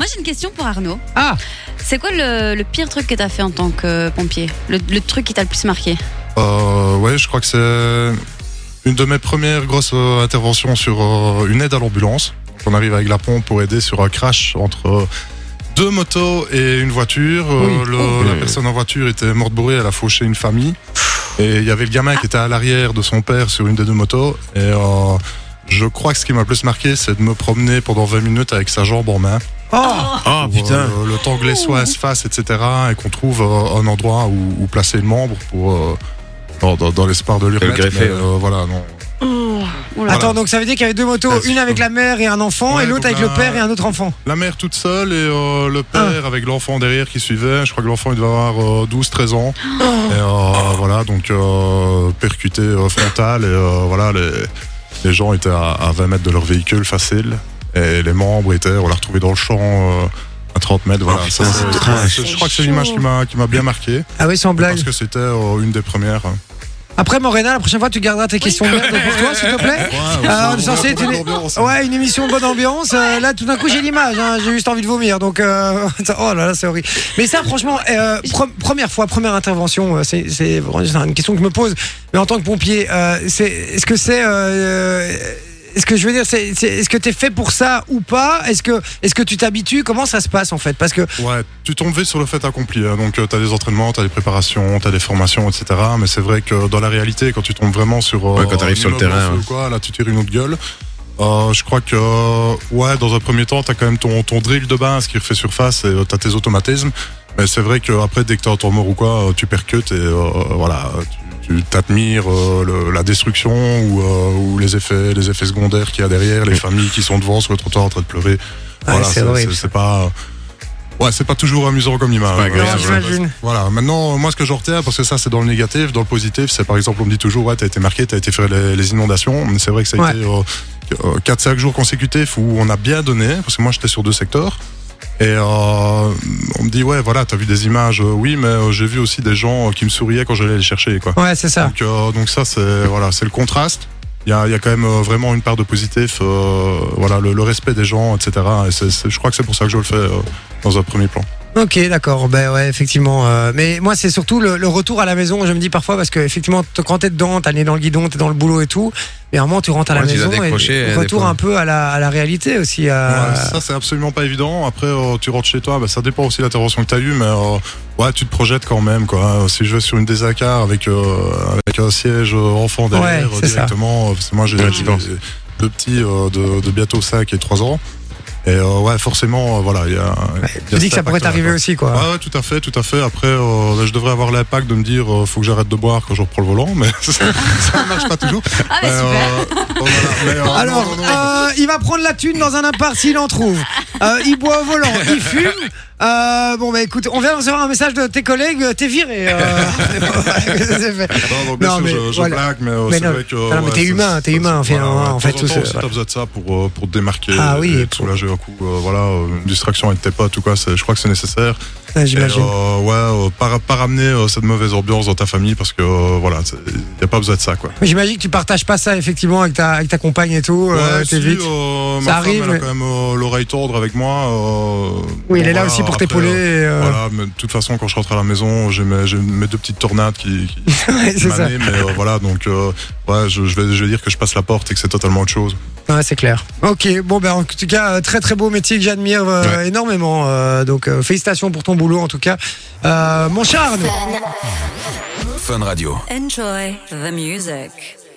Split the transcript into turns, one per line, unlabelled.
j'ai une question pour Arnaud.
Ah
C'est quoi le, le pire truc que t'as fait en tant que euh, pompier le, le truc qui t'a le plus marqué
Euh, ouais, je crois que c'est une de mes premières grosses euh, interventions sur euh, une aide à l'ambulance. On arrive avec la pompe pour aider sur un crash entre euh, deux motos et une voiture. Euh,
Oui.
le-
Oh.
La personne en voiture était morte bourrée, elle a fauché une famille. Et il y avait le gamin qui était à l'arrière de son père sur une des deux motos. Et euh, je crois que ce qui m'a le plus marqué, c'est de me promener pendant 20 minutes avec sa jambe en main.
Oh,
Ah
pour,
putain.
euh, le temps que les soins se fassent, etc. Et qu'on trouve euh, un endroit où, où placer le membre pour, euh, dans, dans- dans l'espoir de lui
Le
remettre.
greffer,
mais, euh, voilà, non.
Oula.
Attends, donc ça veut dire qu'il y avait deux motos,
Ah,
une
c'est-
avec la mère et un enfant,
Ouais,
et l'autre
donc euh,
avec le
là-
père et un autre enfant.
La mère toute seule et euh, le
Ah.
père avec l'enfant derrière qui suivait. Je crois que l'enfant il devait avoir 12-13 ans.
Oh.
Et euh, voilà, donc euh, percuté euh, frontal. Et euh, voilà, les, les gens étaient à, à 20 mètres de leur véhicule facile. Et les membres étaient, on l'a retrouvé dans le champ. euh, à 30 mètres, voilà.
Oh, putain,
Ça,
c'est
c'est-
trash.
c'est- je crois que c'est l'image qui m'a qui m'a bien marqué.
Ah oui, sans blague.
Parce que c'était euh, une des premières.
Après, Morena, la prochaine fois, tu garderas tes questions de merde pour toi, s'il te plaît. Ah, on est censé être une... Ouais, une émission de bonne ambiance. Euh, là, tout d'un coup, j'ai l'image. hein. J'ai juste envie de vomir. Donc, euh, ça- oh là là, c'est horrible. Mais ça, franchement, euh, pre- première fois, première intervention, euh, c'est c'est vraiment- c'est une question que je me pose. Mais en tant que pompier, euh, c'est- est-ce que c'est. euh, est-ce que je veux dire, c'est- c'est- est-ce que t'es fait pour ça ou pas Est-ce que, est-ce que tu t'habitues Comment ça se passe en fait Parce que
Ouais, tu tombes vite sur le fait accompli. hein. Donc, tu t'as des entraînements, t'as des préparations, t'as des formations, etc. Mais c'est vrai que dans la réalité, quand tu tombes vraiment sur. euh,
Ouais, quand t'arrives sur le
une ambulance
terrain,
ou
ouais.
quoi, là, tu tires une autre gueule. Euh, je crois que, euh, ouais, dans un premier temps, t'as quand même ton, ton drill de base qui refait surface et euh, t'as tes automatismes. Mais c'est vrai qu'après, dès que t'es en temps mort ou quoi, euh, tu percutes et euh, voilà, tu, tu t'admires euh, le- la destruction ou, euh, ou les, effets, les effets secondaires qu'il y a derrière,
Mm.
les familles qui sont devant sur le trottoir en train de pleurer. voilà,
c'est
c'est
horrible,
c'est- c'est pas. Ouais, c'est pas toujours amusant comme image.
pas agréable.
Ouais, c'est-
j'imagine.
Voilà, maintenant, moi, ce que je retiens, parce que ça, c'est dans le négatif, dans le positif, c'est par exemple, on me dit toujours, ouais, t'as été marqué, t'as été faire les, les inondations. Mais C'est vrai que ça a
Ouais.
été euh, 4-5 jours consécutifs où on a bien donné, parce que moi, j'étais sur deux secteurs. Et euh, on me dit, ouais, voilà, t'as vu des images, euh, oui, mais euh, j'ai vu aussi des gens euh, qui me souriaient quand j'allais les chercher, quoi.
Ouais, c'est ça.
Donc, euh, donc ça, c'est voilà, c'est le contraste. Il y a, il y a quand même euh, vraiment une part de positif, euh, voilà, le, le respect des gens, etc. Et c'est- c'est- je crois que c'est pour ça que je le fais euh, dans un premier plan.
Ok, d'accord. Ben ouais, effectivement. euh, mais moi, c'est surtout le, le retour à la maison. Je me dis parfois parce que effectivement, t- quand t'es dedans, t'as le nez dans le guidon, t'es dans le boulot et tout. Mais à un moment, tu rentres à la
Ouais, tu dois
maison
décrocher,
et
euh, des
retour
fois.
un peu à la, à la réalité aussi. euh. À...
Ouais, ça, c'est absolument pas évident. Après, euh, tu rentres chez toi, bah, ça dépend aussi de l'intervention que tu as eue, mais euh, ouais, tu te projettes quand même. Quoi. Si je vais sur une des AK avec, euh, avec un siège euh, enfant
Ouais,
derrière euh,
c'est ça.
directement, euh, parce que moi j'ai
Ouais,
j'ai-
tu penses.
j'ai deux petits euh, de, de bientôt 5 et 3 ans. Et euh, ouais, forcément, euh, voilà, il y a. il y a
Tu dis
cet
que ça pourrait
impact-là,
t'arriver
quoi.
aussi, quoi.
Ouais, ouais, tout à fait, tout à fait. Après, euh, là, je devrais avoir l'impact de me dire, euh, faut que j'arrête de boire quand je reprends le volant, mais ça ne marche pas toujours.
Ah, bah
Mais,
super
euh, oh, voilà, mais, euh,
Alors,
non, non, non,
euh, il va prendre la thune dans un appart s'il en trouve. Euh, il boit au volant, il fume. Euh, bon, bah écoute, on vient de recevoir un message de tes collègues. euh, T'es viré. euh. C'est fait.
Non, donc bien
Non,
sûr,
mais
je, je
voilà.
blague, mais, euh,
Mais
c'est
non.
vrai que.
Non, mais t'es
ça-
humain,
ça-
t'es humain, en fait,
voilà,
en
de
fait,
temps
tout
temps
ce-
aussi, t'as besoin de ça pour, euh, pour te démarquer.
Ah
et-
oui,
et
et
te
pour-
soulager un coup. euh, voilà, euh, une distraction avec tes potes ou quoi, c'est- je crois que c'est nécessaire.
Ah,
Et,
J'imagine.
euh, ouais, euh, pas, pas ramener euh, cette mauvaise ambiance dans ta famille parce que, euh, voilà, c'est- y a pas besoin de ça, quoi.
Mais J'imagine que tu partages pas ça effectivement avec ta, avec ta compagne et tout. euh,
Ouais,
t'es
si,
vite.
euh, ma
Ça
femme,
arrive,
Elle a
mais-
quand même euh, l'oreille tendre avec moi. euh,
Oui, il
bon,
est là
voilà,
aussi pour
après,
t'épauler.
euh,
euh,
Voilà, mais de toute façon, quand je rentre à la maison, j'ai mes, j'ai mes deux petites tornades qui, qui,
ouais,
qui
c'est ça.
m'amènent, mais euh, voilà, donc euh, ouais, je, je vais, je vais dire que je passe la porte et que c'est totalement autre chose.
Ouais, c'est clair. Ok, bon, ben, en tout cas, euh, très très beau métier que j'admire euh, énormément. euh, donc, euh, félicitations pour ton boulot, en tout cas. Euh, mon cher Arnaud.
Enjoy the music.